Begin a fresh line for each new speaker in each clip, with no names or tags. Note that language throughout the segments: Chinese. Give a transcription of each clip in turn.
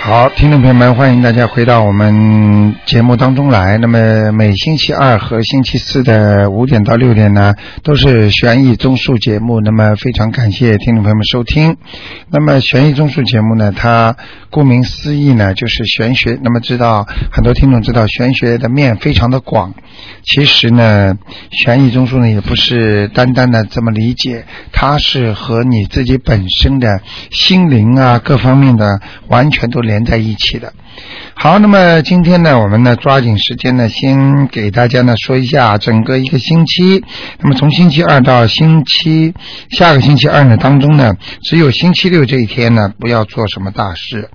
好，听众朋友们，欢迎大家回到我们节目当中来。那么每星期二和星期四的五点到六点呢，都是悬疑综述节目。那么非常感谢听众朋友们收听。那么悬疑综述节目呢，它顾名思义呢，就是玄学。那么知道很多听众知道玄学的面非常的广，其实呢，悬疑综述呢也不是单单的这么理解，它是和你自己本身的心灵啊各方面的完全都连在一起的。好，那么今天呢，我们呢抓紧时间呢，先给大家呢说一下整个一个星期。那么从星期二到星期下个星期二呢当中呢，只有星期六这一天呢不要做什么大事，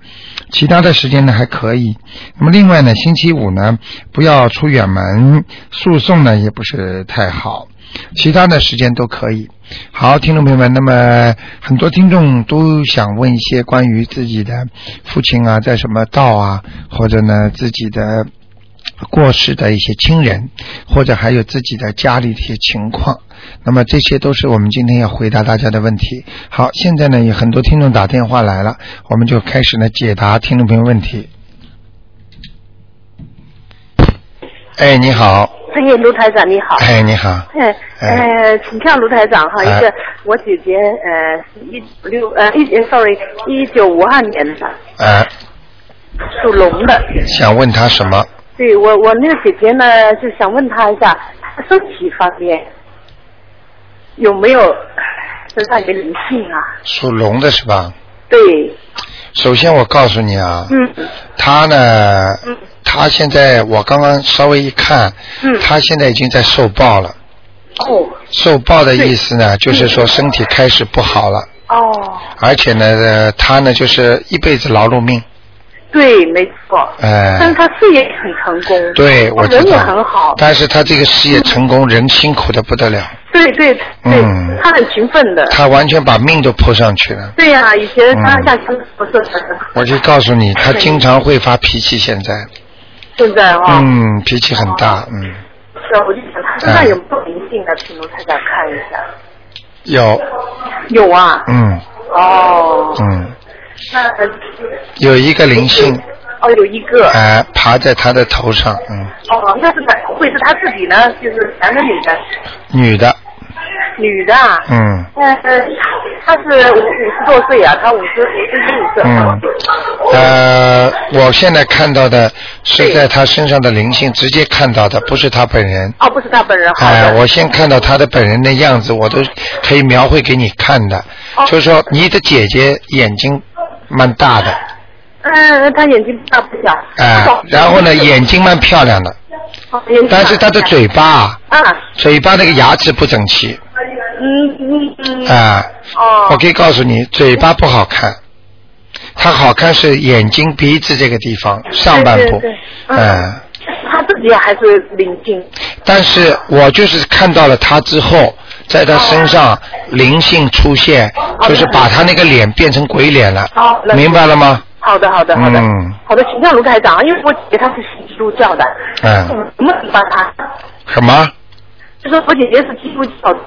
其他的时间呢还可以。那么另外呢，星期五呢不要出远门，诉讼呢也不是太好。其他的时间都可以。好，听众朋友们，那么很多听众都想问一些关于自己的父亲啊，在什么道啊，或者呢自己的过世的一些亲人，或者还有自己的家里的一些情况。那么这些都是我们今天要回答大家的问题。好，现在呢有很多听众打电话来了，我们就开始呢解答听众朋友问题。哎，你好。
哎，卢台长你好。
哎，你好。
哎，呃，请教卢台长哈，
哎
一个我姐姐，呃，一六呃一呃，sorry，一九五二年的，
哎，
属龙的。
想问他什么？
对我，我那个姐姐呢，就想问她一下，她身体方面有没有身上有灵性啊？
属龙的是吧？
对，
首先我告诉你啊，
嗯
他呢，
嗯
他现在我刚刚稍微一看，
嗯，
他现在已经在受报了。
哦
受报的意思呢，就是
嗯
说身体开始不好了，
哦，
而且呢，呃他呢就是一辈子劳碌命，
对，没错，
哎、
但是她事业也很成功，
对，我知
啊人也很
道。
好，
但是他这个事业成功，人辛苦的不得了，
对对
嗯
对，她很勤奋的。
他完全把命都扑上去了。
对呀、以前他
嗯
下乡不是很，
我就告诉你，他经常会发脾气，现在，
现在哈、
嗯，脾气很大，嗯，
是我就想他身上有没有灵性的，请卢台长看一下。
有，
有啊，
嗯
哦，
嗯。
那呃
有一个嗯灵性，
哦有一个，
哎、爬在他的头上，嗯，
哦，那是男，会是他自己呢？就是男的女的？
女的，
女的啊？
嗯
嗯、呃，他是五五十多岁啊，他五十五十一五岁。
嗯，呃，我现在看到的是在他身上的灵性，直接看到的，不是他本人。
哦，不是他本人，好
哎、
的。
我先看到他的本人的样子，我都可以描绘给你看的。
哦
就是说，你的姐姐眼睛蛮大的，
嗯，他眼睛大不小。
哎、
哦
然后呢，眼睛蛮漂亮的，
哦眼睛大
但是她的嘴巴啊，
啊，
嘴巴那个牙齿不整齐，
嗯嗯嗯。
啊、
哦。
我可以告诉你，嘴巴不好看，它好看是眼睛、鼻子这个地方上半部
对，对对
嗯、
嗯他自己还是灵性，
但是我就是看到了他之后，在他身上灵性出现，就是把他那个脸变成鬼脸了，
哦那
明白了吗？
好的，好的，好的，
嗯
好的，请教卢台长，因为我姐姐她是基督教的，
嗯，
我能帮她？
什么？
就说我姐姐是基督教的，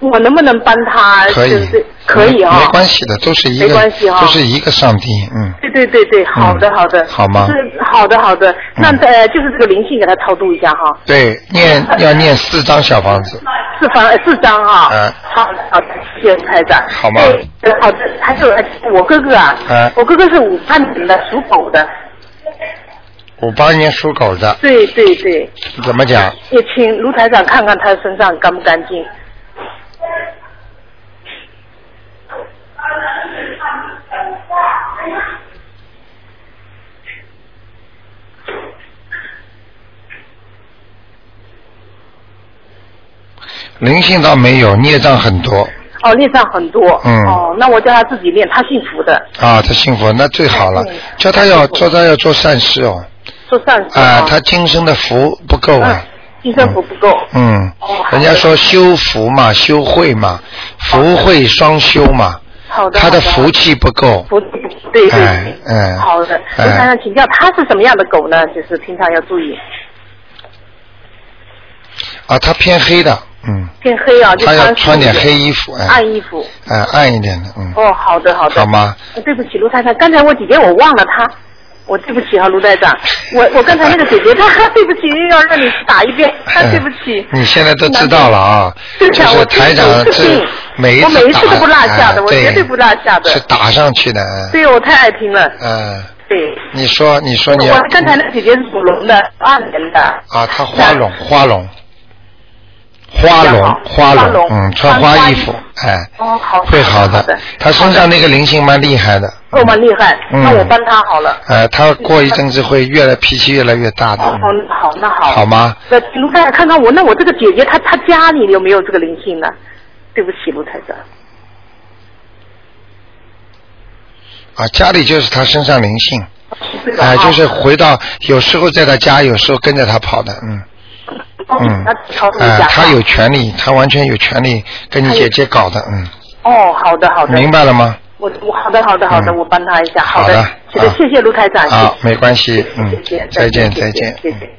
我能不能帮她？
可以
呃就是，可以啊、
没关系的，都是一
没
个，
关系啊
都是一个上帝，嗯，
对对对对，好的
嗯
好的，
好吗
是好的好的，那
嗯
呃就是这个灵性给她超度一下哈，
对， 念要念四张小房子，
四方呃四张啊，
嗯
好的好的，谢谢台长，
好吗
哎呃好的，还有呃我哥哥啊，
嗯
我哥哥是武汉人的，属狗的，
五八年属狗的，
对对对，
怎么讲？
也请卢台长看看他身上干不干净。
灵性倒没有，孽障很多。
哦，孽障很多。
嗯
哦，那我叫他自己念，他信佛的，
啊，他幸福，那最好了
对。
叫他要叫他要做善事哦。
做善事
啊，
哦
他今生的福不够啊
嗯。今生福不够。
嗯
哦好，的
人家说修福嘛，修慧嘛，福慧双修嘛。
好的。
他的
好
福气不够。
福，对对
哎
对。
哎
好的，
哎
卢台长请教，他是什么样的狗呢？就是平常要注意。
啊，他偏黑的，嗯，
偏黑啊，就
他要
穿
穿点
素
黑衣服，哎，
暗衣服。
哎，暗一点的，嗯，
哦，好的好的。
好吗？
呃对不起，卢太太，刚才我姐姐我忘了她，我对不起哈、卢台长，我我刚才那个姐姐她 对不起，又要让你打一遍，她啊对不起。
嗯你现在都知道了啊，
对
就
呀
是
我
台
知道
长
我知
这
道
每一
我每一
打
次都不落下的
哎
我绝对不落下的
是打上去的，嗯
对，我太爱听了。
嗯，
对，
你说，你说你
我刚才那个姐姐是属龙的，二年的。
哎啊，他花龙，花龙，花
比较
龙
好，
花
花
龙
龙，
嗯，穿
穿花
衣
衣
服
服，
哎，
哦，好。
会好
好
的
的。。
他身上那个灵性蛮厉害的，
哦，蛮厉害，
嗯
那我帮她好了。
呃，他过一阵子会越来脾气越来越大的，
哦，
嗯
好，那好。
好吗？
那卢太太，看看我，那我这个姐姐她她家里有没有这个灵性呢？对不起，卢太太。
啊，家里就是他身上灵性，
哦对吧
哎、就是回到有时候在他家，有时候跟着他跑的，嗯
哦
嗯，
那朝你
哎
家。
他有权利，他完全有权利跟你姐姐搞的，嗯，
哦，好的好的，
明白了吗？
我我好的好的好的，
嗯
我帮他一下，
好
的
的，
好的，
啊
谢谢卢台长，
啊，
谢谢
没关系，嗯
谢谢，，
再见
谢谢
再见，
谢谢。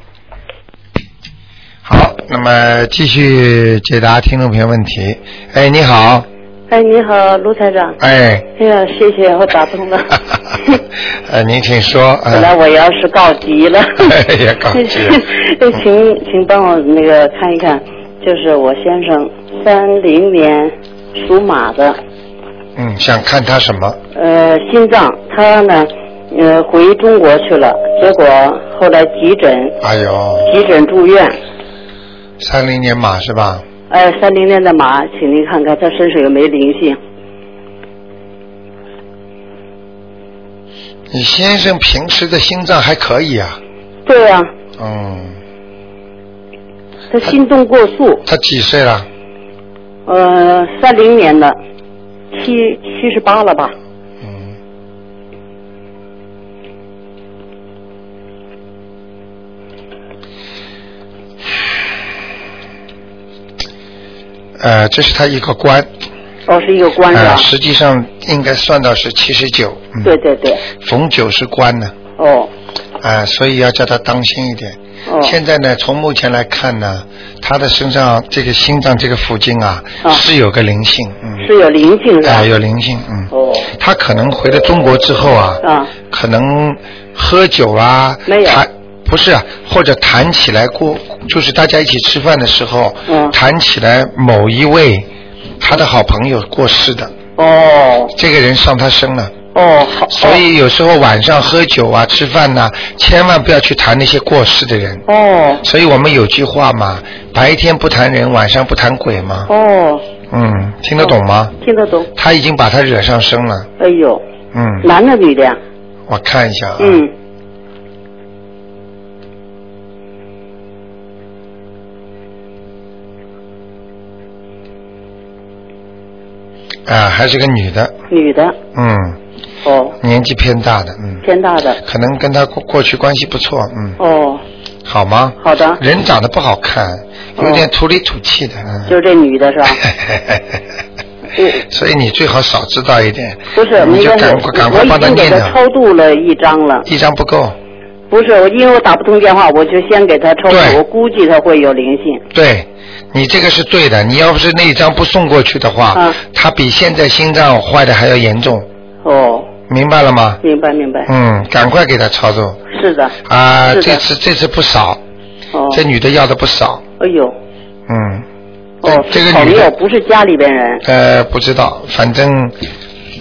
好，那么继续解答听众朋友问题。哎，你好，
哎，你好，卢台长。
哎，。
哎呀，谢谢，我打通了
呃，您请说，
本来
呃，，
我要是告急了
也哎告急
请 请帮我那个看一看，就是我先生三零年属马的，
嗯，想看他什么？
呃，心脏他呢，呃，回中国去了，结果后来急诊
哎呦，
急诊住院，
三零年马是吧？
呃，三零年的马，请您看看他身上有没有灵性？
你先生平时的心脏还可以啊，
对呀、
嗯，
他心动过速，
他几岁了？
呃，三零年的，七七十八了吧？
嗯，呃，这是他一个官，
哦，是一个官是吧？
呃，实际上应该算到是七十九，嗯，
对对对，
逢九是官呢，
哦
啊、所以要叫他当心一点。
哦
现在呢，从目前来看呢，他的身上这个心脏这个附近啊，
啊
是有个灵性，嗯，
是有灵性是吧？
啊、有灵性，嗯，
哦
他可能回了中国之后啊，
啊
可能喝酒啊，
没有
谈不是啊，或者谈起来过，就是大家一起吃饭的时候，
嗯
谈起来某一位他的好朋友过世的，
哦
这个人上他身了。
哦好，
所以有时候晚上喝酒啊、吃饭呐、千万不要去谈那些过世的人。
哦
所以我们有句话嘛，白天不谈人，晚上不谈鬼嘛。
哦
嗯，听得懂吗？
听得懂？
他已经把他惹上身了。
哎呦，
嗯，
男的女的呀？
我看一下啊。
嗯
啊，还是个女的。
女的
嗯，
哦
年纪偏大的。嗯，
偏大的
可能跟他过过去关系不错。嗯，
哦
好吗？
好的
人长得不好看，有点土里土气的。嗯
就是这女的是吧？
所以你最好少知道一点。
嗯不是，
嗯你
应
就
该是
赶快赶快帮
我已经
念
给
了
他，超度了一张了。
一张不够。
不是，我因为我打不通电话，我就先给他超
对
度，我估计他会有灵性。
对，你这个是对的。你要不是那一张不送过去的话，
嗯
他比现在心脏坏的还要严重，
哦，
明白了吗？
明白明白，
嗯，赶快给他操作
是的。
啊！
是的
这次这次不少，
哦，
这女的要的不少，
哎呦，
嗯，
哦，
这
是
个
朋
女
友
的
不是家里边人。
呃不知道，反正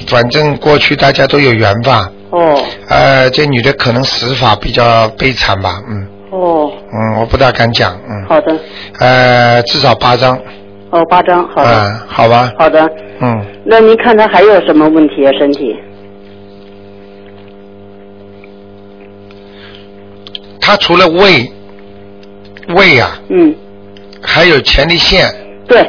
反正过去大家都有缘吧。
哦
呃，这女的可能死法比较悲惨吧，嗯
哦，
嗯，我不大敢讲，嗯。
好的，
呃，至少八张，
哦，八张，好的，
嗯，好吧，
好的。
嗯，
那您看他还有什么问题啊？身体？
他除了胃，胃啊，
嗯，
还有前列腺
对，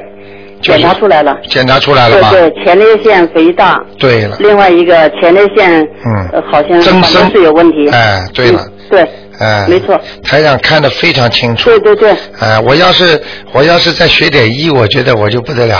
就是
检查出来了，
检查出来了
对
吧？
对，前列腺肥大，
对了，
另外一个前列腺，
嗯
呃好像
增
反
生
正是有问题。
哎，对了，
嗯对，
哎，
没错，
台长看得非常清楚。
对对对，
哎，我要是我要是再学点医，我觉得我就不 得了，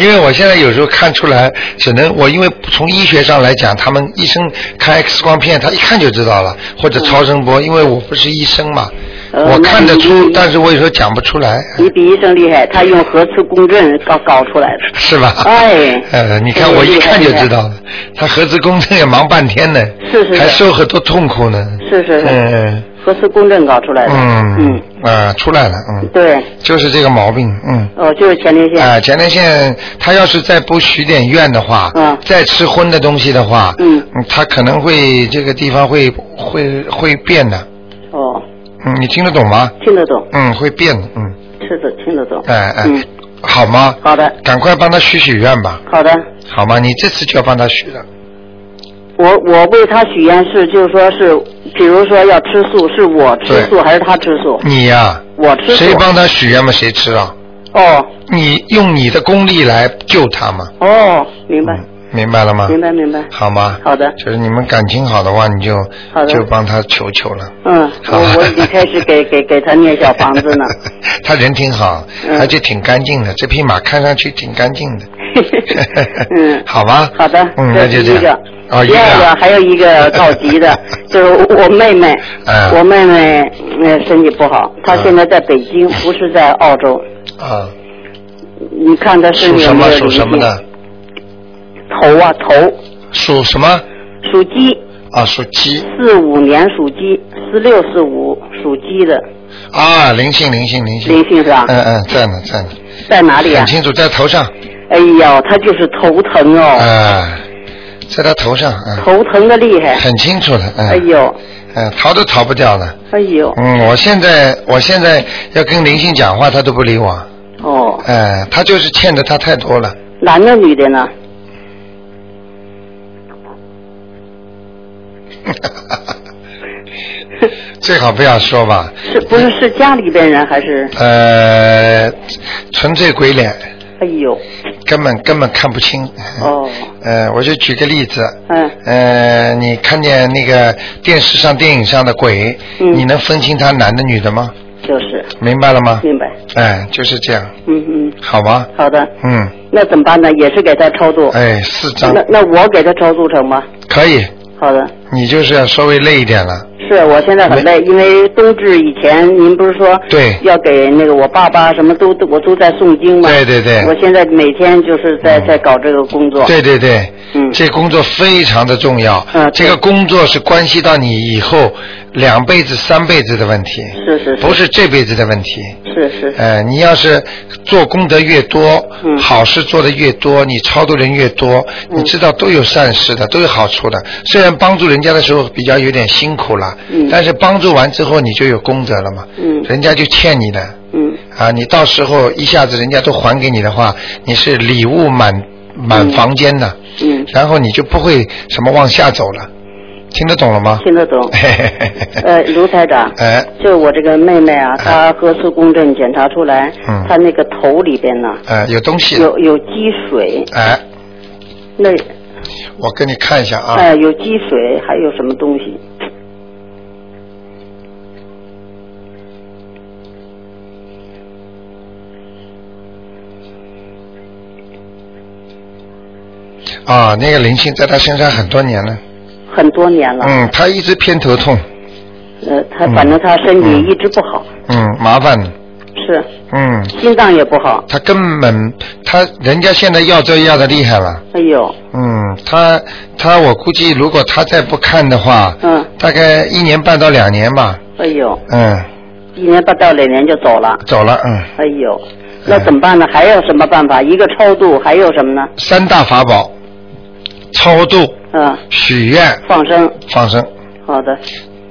因为我现在有时候看出来，只能我因为从医学上来讲，他们医生看 X 光片，他一看就知道了，或者超声波，因为我不是医生嘛，
呃，
我看得
嗯那
出，
你
但是我有时候讲不出来，
你比医生厉害，他用核磁共振搞搞出来的。
是吧？
哎
呃，你看我一看就知道了，他核磁共振也忙半天呢，
是是是
还受很多痛苦呢。
是是是
嗯
核磁共振搞出来的。
嗯
嗯，
啊，出来了，嗯，
对，
就是这个毛病，嗯。
哦，就是前列腺。
啊、前列腺他要是再不许点愿的话，
嗯
再吃荤的东西的话，
嗯
他可能会这个地方会会会变的，
哦，
嗯，你听得懂吗？
听得懂，
嗯，会变的，嗯，
是的，听得懂。
哎哎，
嗯，
好吗？
好的，
赶快帮他许许愿吧，
好的。
好吗？你这次就要帮他许了，
我我为他许愿是，就是说是，比如说要吃素，是我吃素还是他吃素？
你呀、
我吃素。
谁帮他许愿嘛？谁吃啊？
哦
你用你的功力来救他嘛？
哦，明白，啊
嗯明白了吗？
明白，明白。
好吗？
好的
就是你们感情好的话，你就
好的
就帮他求求了。
嗯，
好
我我已经开始给给给他念小房子 呢。
他人挺好，
嗯
而且挺干净的，这匹马看上去挺干净的。，
嗯
好吧。
好的，
嗯，那就
这
是这
一个
样。哦，一
第二
个，
个还有一个告急的 就是我妹妹，
嗯
我妹妹呃身体不好，她
嗯
现在在北京，不是在澳洲。
啊，
你看她身
属
体有
什
没
么
有
属
灵
什么
性？
的？
头啊头，
属什么？
属鸡，
啊，属鸡
四五年属鸡，四六四五属鸡的
啊，灵性灵性灵性。
灵性是吧？
嗯嗯，在呢在呢，
在哪里啊
很？清楚，在头上。
哎呀，她就是头疼
啊、
哦，
在他头上啊、
头疼的厉害。
很清楚了。嗯、
哎呦，
嗯，逃都逃不掉的。
哎呦，
嗯，我现在我现在要跟灵性讲话，他都不理我。
哦，
哎，他就是欠的他太多了。
男的女的呢？
最好不要说吧，
是不是是家里边人还是？
呃，纯粹鬼脸，
哎呦，
根本根本看不清。
哦，
呃，我就举个例子，
嗯，
呃，你看见那个电视上、电影上的鬼，
嗯
你能分清他男的女的吗？
就是，
明白了吗？
明白，
哎，就是这样，
嗯嗯，
好吗？
好的，
嗯，
那怎么办呢？也是给他超度，
哎，四张
那那我给他超度成吗？
可以，
好的，
你就是要稍微累一点了。
是我现在很累，因为冬至以前您不是说
对
要给那个我爸爸什么都都我都在诵经吗？
对对对嗯
我现在每天就是在、在搞这个工作，
对对对，
嗯，
这工作非常的重要。
嗯
这个工作是关系到你以后两辈子、三辈子的问题，
是是
不
是
是这辈子的问题。
是是是，
呃，你要是做功德越多，
嗯
好事做的越多，你超度人越多，
嗯
你知道都有善事的，都有好处的。虽然帮助人家的时候比较有点辛苦了，
嗯
但是帮助完之后你就有功德了嘛，
嗯
人家就欠你的
嗯，
啊，你到时候一下子人家都还给你的话，你是礼物满满
嗯
房间的，
嗯
然后你就不会什么往下走了，听得懂了吗？。
听得懂
哎
呃，卢台长，
哎
就是我这个妹妹啊，她核磁共振检查出来，
嗯
她那个头里边呢
哎，有东西，
有有积水，
哎，
那
我给你看一下啊。
哎有积水，还有什么东西？
啊，那个灵性在他身上很多年了，
很多年了，
嗯，他一直偏头痛，
呃，她
嗯
反正她身体
嗯
一直不好，
嗯，麻烦，
是
嗯，
心脏也不好，
他根本他人家现在要这要的厉害了，
哎呦，
嗯，他他我估计如果他再不看的话，
嗯，
大概一年半到两年吧，
哎呦，
嗯，
一年不到两年就走了，
走了，嗯，
哎呦，那怎么办呢？还有什么办法？一个超度，还有什么呢？
三大法宝，超度、
嗯，
许愿、
放生，
放生、
好的，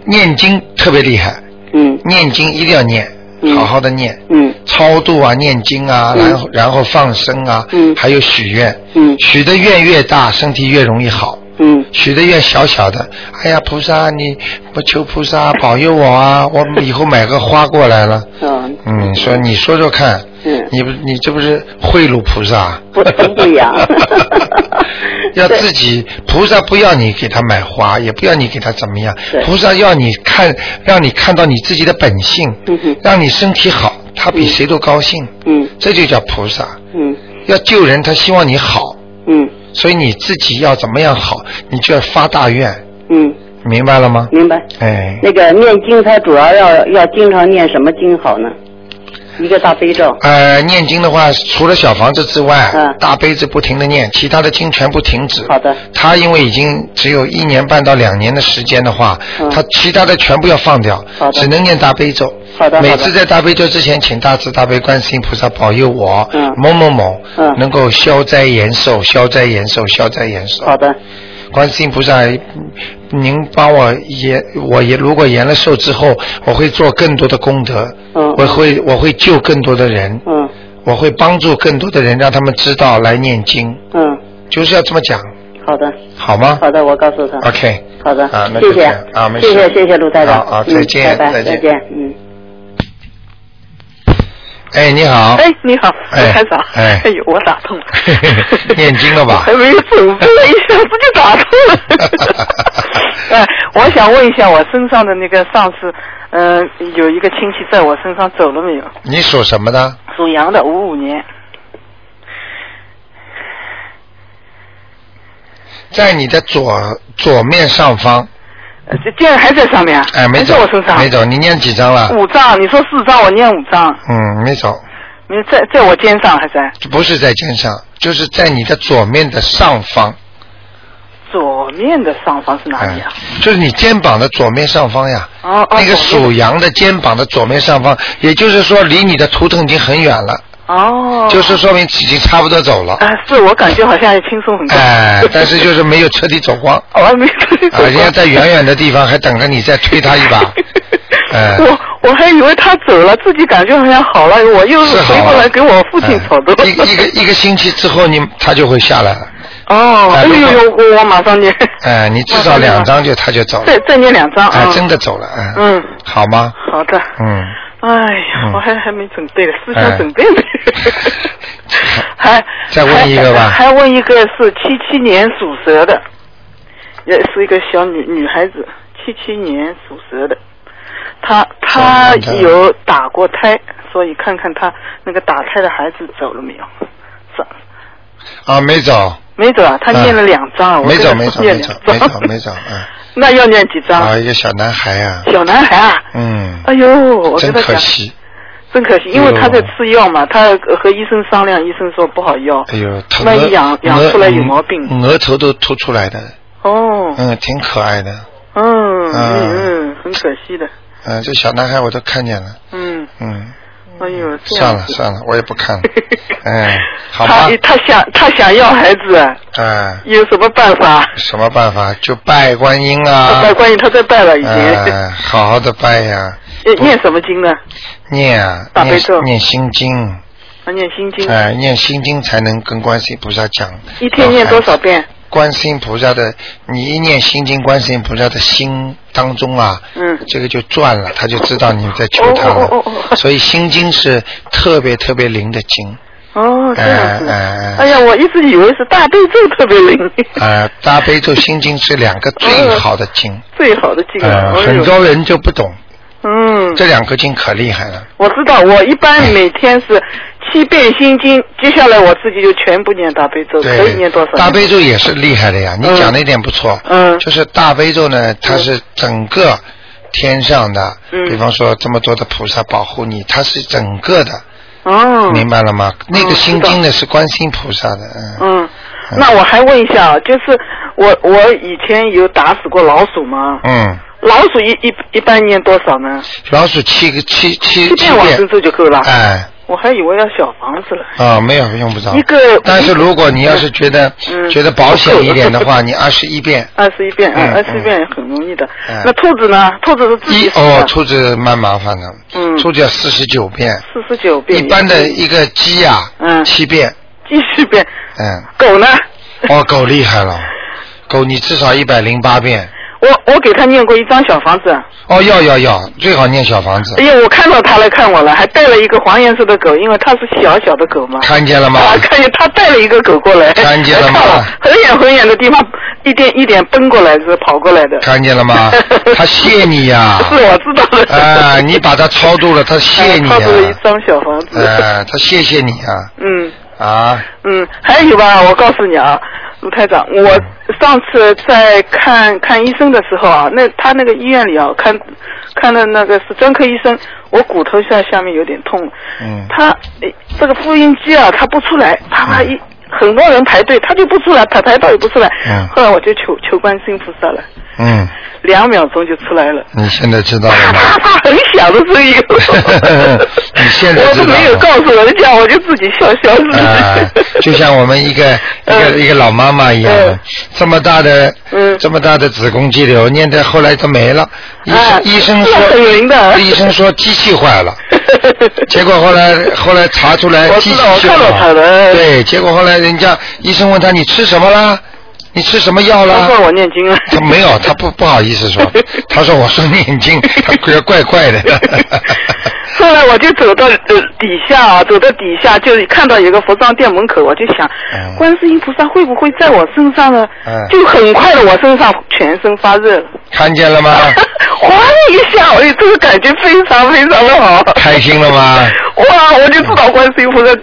念经特别厉害，
嗯
念经一定要念，
嗯
好好的念，
嗯
超度啊、念经啊，
嗯
然后然后放生啊，
嗯
还有许愿，
嗯
许的愿越大，身体越容易好。
嗯，
许的愿小小的，哎呀，菩萨，你我求菩萨保佑我啊！我以后买个花过来了。
嗯
嗯，说你说说看，
嗯。
你不你这不是贿赂菩萨？
不疼不痒
要自己菩萨不要你给他买花，也不要你给他怎么样
对，
菩萨要你看，让你看到你自己的本性，
嗯哼
让你身体好，他比谁都高兴，
嗯
这就叫菩萨。
嗯
要救人，他希望你好，
嗯
所以你自己要怎么样好，你就要发大愿。
嗯
明白了吗？
明白。
哎，
那个念经，他主要要要经常念什么经好呢？一个大悲咒，
呃，念经的话，除了小房子之外，
嗯
大悲子不停的念，其他的经全部停止。
好的，
他因为已经只有一年半到两年的时间的话，
嗯
他其他的全部要放掉
好，的
只能念大悲咒。
好的，好
每次
的，
在大悲咒之前，请大慈大悲观世音菩萨保佑我、
嗯
某某某、
嗯
能够消灾延寿，消灾延寿，消灾延寿。
好的，
观世音菩萨，嗯您帮我延，我也如果延了寿之后，我会做更多的功德，
嗯
我会我会救更多的人，
嗯
我会帮助更多的人，让他们知道来念经，
嗯，
就是要这么讲，
好的，
好吗
好的，我告诉他。
？OK，
好的，
啊那就这
谢谢
样啊没事
谢谢谢谢卢台长，
好好
嗯
再见
拜拜，
再
再
见
嗯。
哎，你好，
哎，你好，
哎
卢台长。
哎。
哎呦，我打通了
念经了吧。
我还没有准备一下子就打通了 哎，我想问一下，我身上的那个上次，嗯、有一个亲戚在我身上走了没有？
你属什么的？
属羊的，五五年。
在你的左左面上方，
呃，这竟然还在上面啊？
哎，没
还
走
在我身，上。嗯
没走，你念几张了？
五张，你说四张，我念五张，
嗯，没走，
没在在我肩上还在
不是在肩上，就是在你的左面的上方，
左面的上方是哪里啊？
嗯就是你肩膀的左面上方呀。
哦哦，
哎那个
左面
属羊的肩膀的左面上方，也就是说离你的图腾已经很远了，
哦，
就是说明已经差不多走了。
啊，是我感觉好像轻松很多。
哎，但是就是没有彻底走 光，
我还没出去
啊，人家在远远的地方还等着你再推他一 把，哎，
我我还以为他走了，自己感觉好像好了，我又
是
回
好
过
了
来给我父亲炒作。
哎一个一个一个星期之后你他就会下来了，
哦，
哎
哎呦
如果
呦，我我马上念，
哎，你至少两张就他就走了
再，再念两张
哎
啊。，
真的走了，哎，
嗯，
好吗？
好的。
嗯，
哎
嗯
呀，我还还没准备，思
哎
想准备 没。 还
再问一个吧
还还问一个是七七年属蛇的，也是一个小女女孩子，七七年属蛇的，她她
小女孩
有打过胎，所以看看她那个打胎的孩子走了没有？走
啊，没走，
没走啊？她
嗯
念了两张啊，我
没走
跟她
没走
念
没
两
走
张
没走没 走，嗯，
那要念几张？
啊，一个小男孩啊，
小男孩啊，
嗯，
哎呦，我
真
跟他
可
讲，
惜，哎
真可惜，因为他在吃药嘛，他和医生商量，医生说不好要。
哎呦，他
万
额
一养养
额嗯
出来有毛病。
额头都凸出来的，
哦，
嗯，挺可爱的，
嗯
嗯
嗯嗯，很可惜的，
嗯，这小男孩我都看见了，
嗯，
嗯，
哎呦，这
算
样
了
子。
算了，我也不看 了，嗯，好吧
他，他想他想要孩子，
哎，
有什么办法？
什么办法？就拜观音啊，
拜观音，他在拜了已经。
哎，好好的拜呀，
念念什么经呢？
念啊，
大悲
念
咒
念心经，
他念心经，
哎，念心经才能跟观世音菩萨讲。
一天念多少遍？
观世音菩萨的，你一念心经，观世音菩萨的心当中啊，
嗯
这个就转了，他就知道你在求
哦
他了。
哦哦哦哦
所以心经是特别特别灵的经，
哦，这样子。
哎哎哎
哎呀，我一直以为是大悲咒特别灵，
啊、大悲咒、心经是两个最好的经，
最好的经
呃
了。，哦哎
很
呦，
多人就不懂，
嗯，
这两个经可厉害了。
我知道，我一般每天是七遍心经，接下来我自己就全部念大悲咒，嗯可以
对
念多少？，
大悲咒也是厉害的呀，你
嗯
讲的一点不错。
嗯
就是大悲咒呢，它是整个天上的，
嗯
比方说这么多的菩萨保护你，它是整个的，
哦，
明白了吗？那个
嗯
心经呢是观世音菩萨的，嗯，
嗯，那我还问一下，啊就是我我以前有打死过老鼠吗？
嗯，
老鼠一一一般念多少呢？
老鼠七个七七
七遍往生咒就够了。
哎，
我还以为要小房子了。
啊、没有用不着
一。个，
但是如果你要是觉得、
嗯
觉得保险一点的话，你二十一遍，
二十一遍，
嗯
嗯，二十一遍很容易的
嗯。
那兔子呢？兔子是自
一
己
哦，兔子蛮麻烦的，
嗯
兔子要四十九遍，
四十九遍，
一般的一个鸡呀、
嗯
七遍，
继续遍。
嗯，
狗呢？
哦，狗厉害 了，狗你至少一百零八遍，
我我给他念过一张小房子，
哦，要要要，最好念小房子
哎，呀，我看到他来看我了，还带了一个黄颜色的狗，因为它是小小的狗嘛。
看见了吗？
啊，看见他带了一个狗过来，
看见了吗
看我很远很远的地方，一点一点奔过来是跑过来的。
看见了 吗？它谢你呀、
是我知道的。
啊，你把它超度了，它谢你啊哎
哎
呀、
靠着一张小房子。
呃，他谢谢你啊，
嗯，
啊、啊，
嗯，还有吧，我告诉你啊，卢台长，我上次在看看医生的时候啊，那他那个医院里啊，看看的那个是专科医生，我骨头下下面有点痛，
嗯
他诶这个复印机啊，他不出来，啪啪一。很多人排队，他就不出来，排排到也不出来。
嗯
后来我就求求观世音菩萨了，
嗯，
两秒钟就出来了，
你现在知道
啪
了吗？
啪啪，很响的声音。
你现在
我
知
都
道
没有
了
告诉人家，我就自己笑笑自己。
啊，就像我们一个一个
嗯
一个老妈妈一样的
嗯，
这么大的
嗯
这么大的子宫肌瘤，念到后来都没了。医
啊
生医生
这很灵
说，
的
医生说机器坏 了。结果后来后来查出来
我
机
知
器
道
修
我看到
好
他了嗯
对，结果后来人家医生问他你吃什么啦？你吃什么药啦
他？说我念经啊了。
他没有，他不不好意思 说，他说我说念经，他觉得怪怪的。
后来我就走到呃底下啊，走到底下就是看到有个服装店门口，我就想
嗯，
观世音菩萨会不会在我身上呢
嗯？
就很快的，我身上全身发热了，
看见了吗？
嗯哗一下，我就这个感觉非常非常的好。
开心了吗？
哇，我就知道观世音菩萨，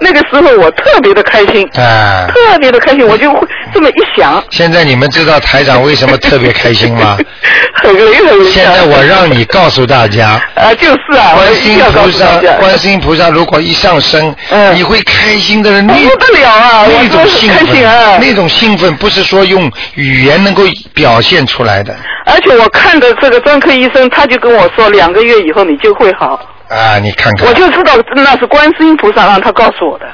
那个时候我特别的开心，
啊。
特别的开心，我就会这么一想，
现在你们知道台长为什么特别开心吗？
很灵很灵。
现在我让你告诉大家，
啊，就是 啊，我
观世
一定
音
要告
菩
诉大
萨，
家，
观世音菩萨如果一上身，
嗯
你会开心的人那
不得了啊， 我
那
真
种
的
兴
很开
奋
心啊，，
那种兴奋不是说用语言能够表现出来的
而且我看的这个专科医生，他就跟我说，两个月以后你就会好。
啊！你看看
我，就知道那是观世音菩萨让他告诉我的。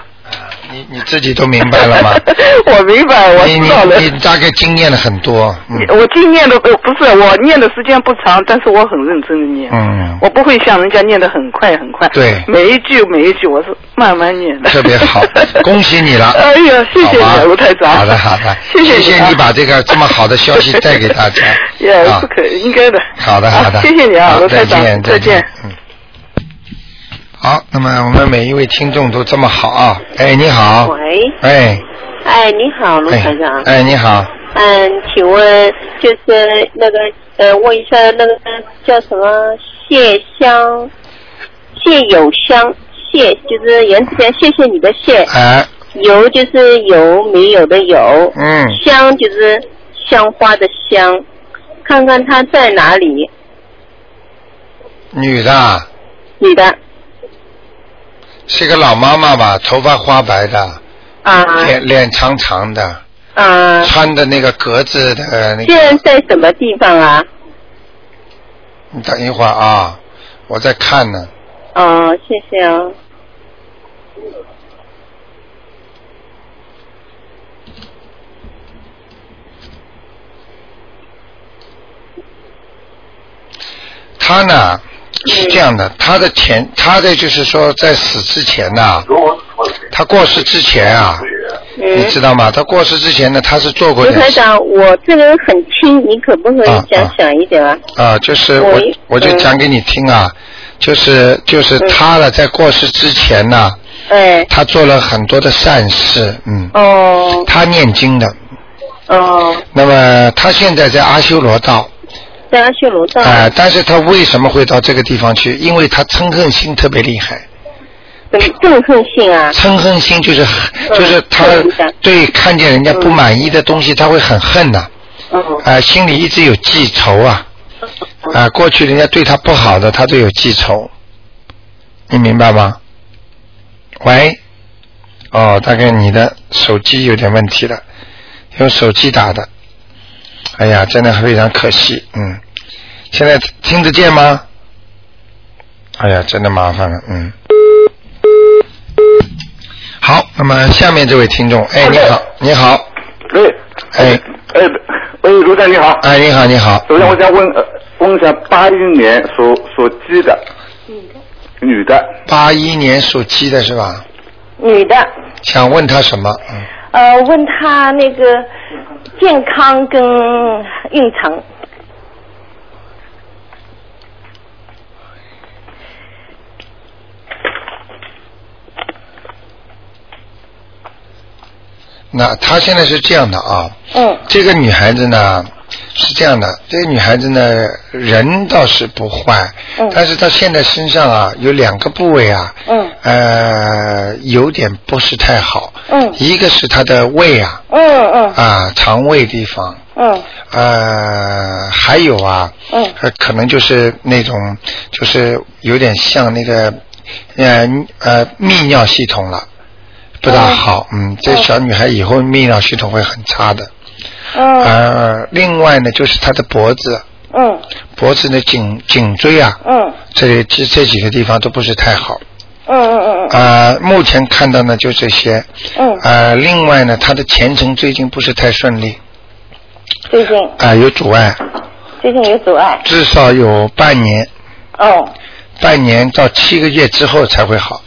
你你自己都明白了吗？
我明白，我
你
知道了
你。你大概经验了很多，嗯
我今念的我不是我念的时间不长，但是我很认真的念，
嗯，
我不会像人家念的很快很快。
对
每一句每一句我是慢慢念 的。
特别 好恭喜你了
哎呀，谢谢
好吧
你，卢台长。
好的好的
谢
谢谢
啊
你把这个这么好的消息带给大家
也
啊
不可应该的。
好的，
啊
好的，
谢谢你啊，
好
卢
再
台长
见，，
再
见。嗯。好，那么我们每一位听众都这么好啊！哎，你好，
喂，
哎，
哎，你好，卢
哎
台长，，
哎，你好，
嗯，请问就是那个呃，问一下那个叫什么谢香，谢友香，谢就是言字边，谢谢你的谢，
哎，
油就是油没有的油，
嗯，
香就是香花的香，看看他在哪里，
女的啊，
女的
是个老妈妈吧，头发花白的，
啊
脸脸长长的，
啊，
穿的那个格子的那
现在
个。
在什么地方啊？
你等一会儿啊，我在看呢。
哦，谢谢啊。
她呢
嗯
是这样的，她的前，她的就是说在死之前呐、她过世之前啊，
嗯
你知道吗？他过世之前呢，他是做过
卢台
点事
长，我这个人很轻，你可不可以
啊
讲
啊
响一点啊？
啊，就是我
我
我就讲给你听啊，就是就是
嗯
他了，在过世之前呢、
哎，
他做了很多的善事，嗯，
哦
他念经的。
哦，
那么他现在在阿修罗道，
在阿修罗道。
啊、但是他为什么会到这个地方去？因为他嗔恨心特别厉害，
怎么憎恨性啊？
嗔恨心就是就是他
嗯明白
对看见人家不满意的东西，他会很恨呐、
哦
啊、心里一直有记仇啊，啊、过去人家对他不好的，他都有记仇，你明白吗？喂，哦，大概你的手机有点问题了，用手机打的，哎呀，真的非常可惜，嗯，现在听得见吗？哎呀，真的麻烦了，嗯。好，那么下面这位听众，哎，你好，你好，
哎，
哎，
哎，哎，卢站你好。
哎，你好，你好，
首先我想问，呃问一下八一年属属鸡的。女的。
八一年属鸡的是吧？
女的，
想问他什么？嗯
呃，问她那个健康跟运程。
那他现在是这样的啊，
嗯
啊
嗯
这个女孩子呢，是这样的，这个女孩子呢，人倒是不坏，
嗯
但是她现在身上啊有两个部位啊，
嗯
呃，有点不是太好，
嗯
一个是她的胃啊，
嗯嗯
啊，肠胃地方，
嗯
呃，还有啊，
嗯
呃，可能就是那种，就是有点像那个，呃呃，泌尿系统了，不大
哦
好，嗯，这小女孩以后泌尿系统会很差的。
啊
嗯
呃，另外呢，就是她的脖子，
嗯
脖子的颈颈椎啊，
嗯
这这这几个地方都不是太好。
嗯嗯
呃，目前看到呢就这些。
嗯，
啊
呃，另外呢，她的前程最近不是太顺利，
最近
啊、有阻碍，
嗯最近有阻碍。
至少有半年，
哦
半年到七个月之后才会好。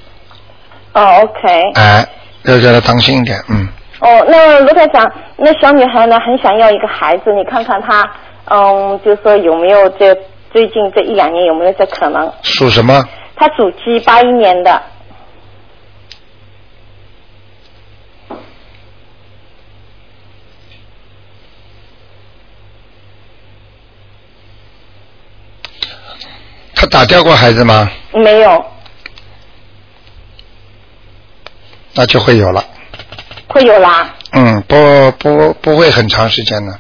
哦，OK。
哎、要叫她当心一点，嗯。
哦，那罗台长，那小女孩呢，很想要一个孩子，你看看她，嗯，就说有没有这最近这一两年有没有这可能？
属什么？
她属鸡，八一年的，
她打掉过孩子吗？
没有，
那就会有了。
会有啦，
嗯，不不不会很长时间的，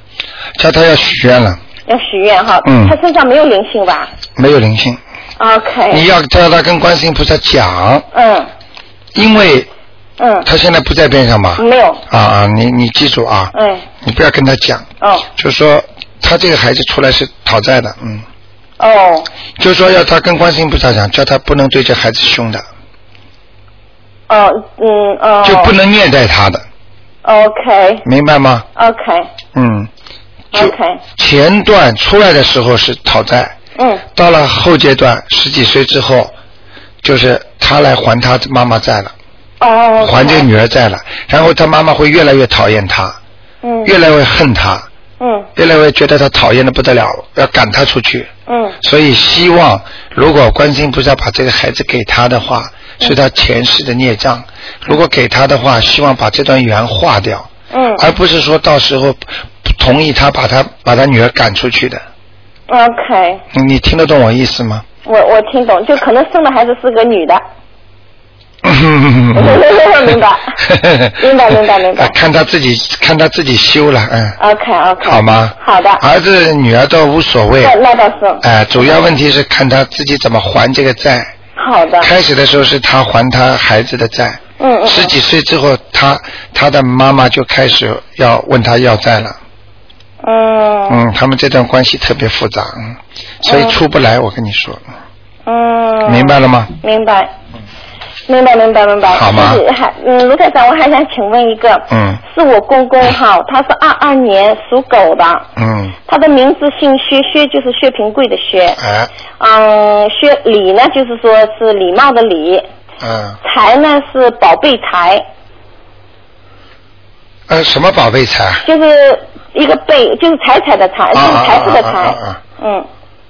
叫她要许愿了，
要许愿哈。
嗯
她身上没有灵性吧
没有灵性。你
？OK。
要叫他跟观世音菩萨讲，
嗯
因为
嗯，
他现在不在边上嘛。
没有。
啊啊，你你记住啊，
嗯
你不要跟他讲，
哦
就说他这个孩子出来是讨债的，嗯，
哦
就说要他跟观世音菩萨讲，叫他不能对这孩子凶的，
哦嗯哦。
就不能虐待他的，
OK
明白吗？
OK
嗯，就
OK。
前段出来的时候是讨债，
嗯
到了后阶段十几岁之后，就是他来还他妈妈债了，
哦。
还这个女儿债了，然后他妈妈会越来越讨厌他，
嗯
越来越恨他，
嗯
越来越觉得他讨厌的不得了，要赶他出去。
嗯
所以希望，如果观世音菩萨把这个孩子给他的话，
嗯
是他前世的孽障；如果给他的话，希望把这段缘化掉，
嗯
而不是说到时候同意他把他把他女儿赶出去的。
OK。
你你听得懂我意思吗？
我我听懂，就可能生的孩子是个女的。
明
明白 明白明白明白
看他自己，看他自己修了，嗯，
OK OK。
好吗？
好的。
儿子女儿都无所谓。
那那倒是。
哎、主要问题是看他自己怎么还这个债。
好的。
开始的时候是他还他孩子的债，
嗯嗯。嗯
十几岁之后，他他的妈妈就开始要问他要债了。
嗯
嗯，他们这段关系特别复杂，嗯，所以
嗯
出不来。我跟你说，
嗯。
明白了吗？
明白。明白明白明白。
好吗
就是还嗯，卢台长，我还想请问一个。
嗯
是我公公哈，他是二二年属狗的，
嗯，
他的名字姓薛，薛就是薛平贵的薛，
哎，
嗯，薛礼呢就是说是礼貌的礼，
嗯，
财呢是宝贝财，
呃，什么宝贝财？
就是一个贝，就是财产的财，
啊
就
啊
是财富的
啊啊啊
财
啊。
嗯，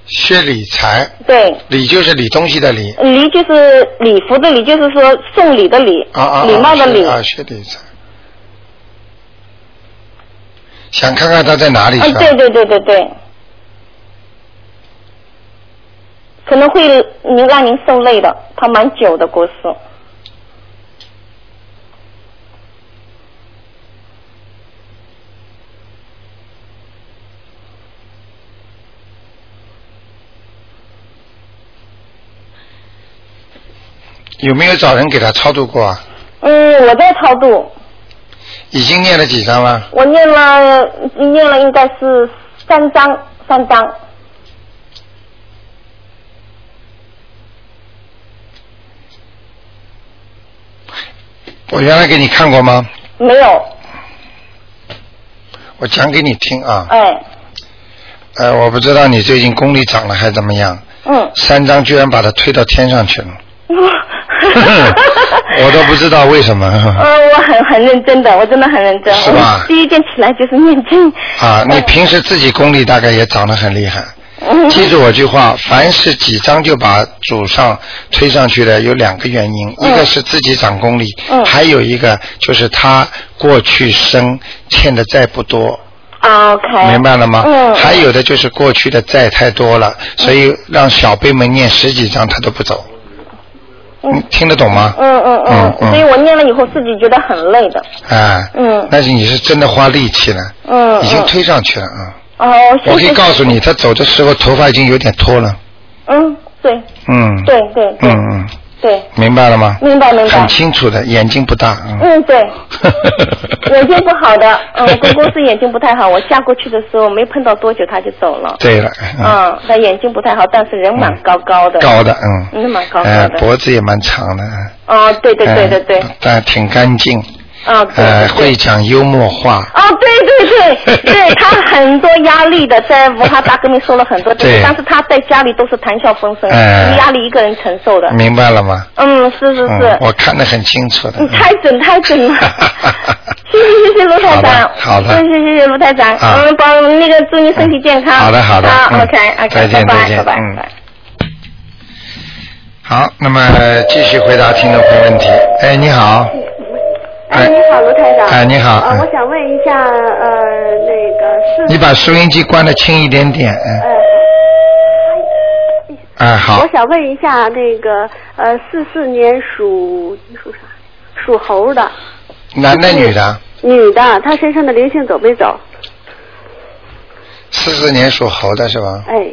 薛理财，
对，
理就是理东西的理，
礼就是礼服的礼，就是说送礼的礼
啊啊，啊，
礼貌的礼
是。啊，薛理财。想看看他在哪里
啊
是，吧？
对对对对对。可能会您让您受累的，他蛮久的国师。
有没有找人给他超度过啊？
嗯，我在超度，
已经念了几张了？
我念了念了应该是三章三章。
我原来给你看过吗？
没有，
我讲给你听啊。
哎，
呃，我不知道你最近功力涨了还怎么样，
嗯，
三张居然把它推到天上去了， 我都不知道为什 么。
呃，我很很认真的，我真的很认真。
是吧
我第一件起来就是念经。
啊，你
嗯
平时自己功力大概也涨得很厉害。
嗯
记住我句话，凡是几张就把祖上推上去的，有两个原因，
嗯
一个是自己长功力，
嗯
还有一个就是他过去生欠的债不多，
嗯 OK。
明白了吗？
嗯。
还有的就是过去的债太多了，所以让小辈们念十几张他都不走。你听得懂吗？
嗯嗯
嗯嗯
嗯，所以我念了以后自己觉得很累的。
哎，
嗯
那是你是真的花力气了，
嗯。
已经
嗯
推上去了啊。
哦，谢
我可
谢
以告诉你，他走的时候头发已经有点脱了。
嗯，对
嗯。
对对
嗯
对
嗯，
对，
明白了吗？
明白明白
很。清楚的，眼睛不大。 嗯。
嗯，对，眼睛不好的，嗯，我公公是眼睛不太好，我下过去的时候没碰到多久他就走了。
对了。嗯。
嗯，他眼睛不太好，但是人嗯蛮高高的。
高的，嗯。
嗯，蛮高高
哎，
的。
脖子也蛮长的。嗯
哦，对对对对对，
哎但挺干净，
啊，对
呃，
对对
会讲幽默话。
哦，对对 对，对他很多压力的，在文化大革命受了很多东
对
西，但是他在家里都是谈笑风生，
哎
压力一个人承受的。
明白了吗？
嗯，是是
嗯
是，，
我看得很清楚的。。
你太准太准了 谢谢谢谢卢台长，嗯
好的好的
谢谢谢谢卢台长，
啊
嗯，保那个祝您身体健康。
好的好的
啊
嗯
o k OK，
再见
拜
再见
拜拜
嗯
拜。
好，那么继续回答听众朋友问题。哎，你好，
哎，你好，卢台长。
哎你好
呃
嗯
我想问一下，呃，那个是。
你把收音机关的轻一点点。嗯，
呃
哎，好
我，想问一下，那个呃，四四年属属啥？属猴的
男的女的，
女的，她身上的灵性走没走？
四四年属猴的是吧？
哎，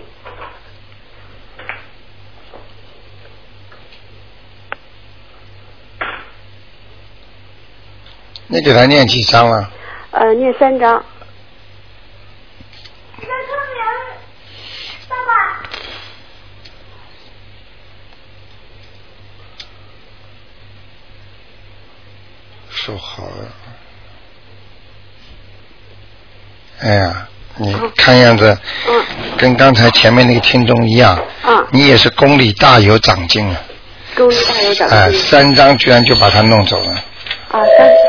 你给他念几张了？
呃，念三张。
属猴的。哎呀，你看样子
嗯
跟刚才前面那个听众一样，
啊，
你也是功力大有嗯长进啊！
功力大有长
哎，
进。
三张居然就把他弄走了，
啊，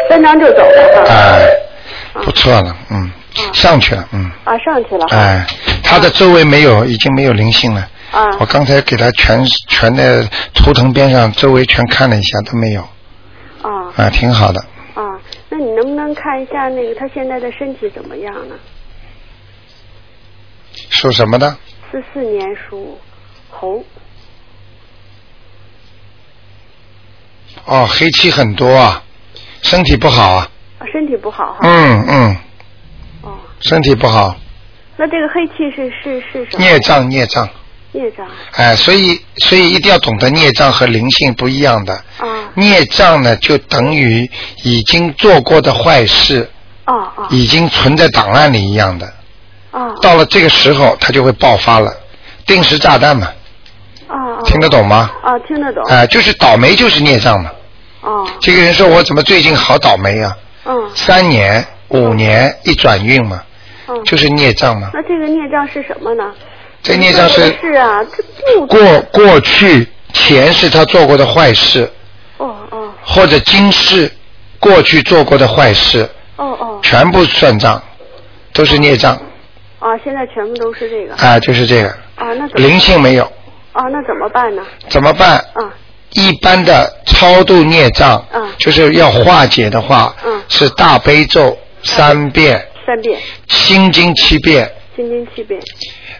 三三张就走了哈。
哎，不错了，嗯，上去了，嗯，
啊，上去了。
哎，他的周围没有，已经没有灵性了。
啊
我刚才给他全全的图腾边上周围全看了一下，都没有，
啊
啊，挺好的。
啊，那你能不能看一下那个她现在的身体怎么样呢？
属什么的？
四四年属猴。
哦，黑气很多啊，身体不好啊，
啊，身体不好哈。
嗯嗯，
哦，
身体不好，
那这个黑气是是是什么？啊
孽障孽障，
孽障
哎，所以所以一定要懂得孽障和灵性不一样的。
啊
孽障呢，就等于已经做过的坏事，
哦哦
已经存在档案里一样的。
哦
到了这个时候，它就会爆发了，定时炸弹嘛，
哦哦，
听得懂吗？
啊，听得懂
哎、就是倒霉就是孽障嘛。
哦
这个人说我怎么最近好倒霉啊？
嗯
三年、五年一转运嘛，
嗯，
就是孽障嘛。
那这个孽障是什么呢？
这孽障是
是啊，这肚子
过过去前世他做过的坏事，
哦哦
或者今世过去做过的坏事，
哦哦
全部算账，都是孽障
啊，现在全部都是这个
啊，就是这个
啊，那怎么
灵性没有，
啊那怎么办呢？
怎么办？
啊
一般的超度孽障，
嗯
就是要化解的话，
嗯
是大悲咒三遍，
三遍
心经七遍，
心经七遍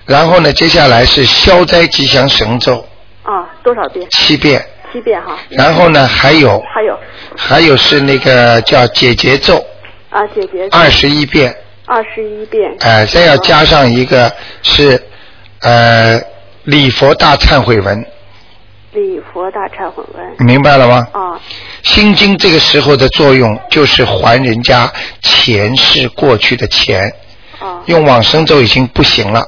然后呢，接下来是消灾吉祥神咒
啊，多少遍？
七遍，
七遍哈。
然后呢，还有
还有
还有是那个叫解结咒
啊，姐姐
二十一遍，
二十一遍
哎、再要加上一个是呃礼佛大忏悔文，
礼佛大忏悔文
明白了吗？
啊
心经这个时候的作用就是还人家前世过去的钱，
啊
用往生咒已经不行了，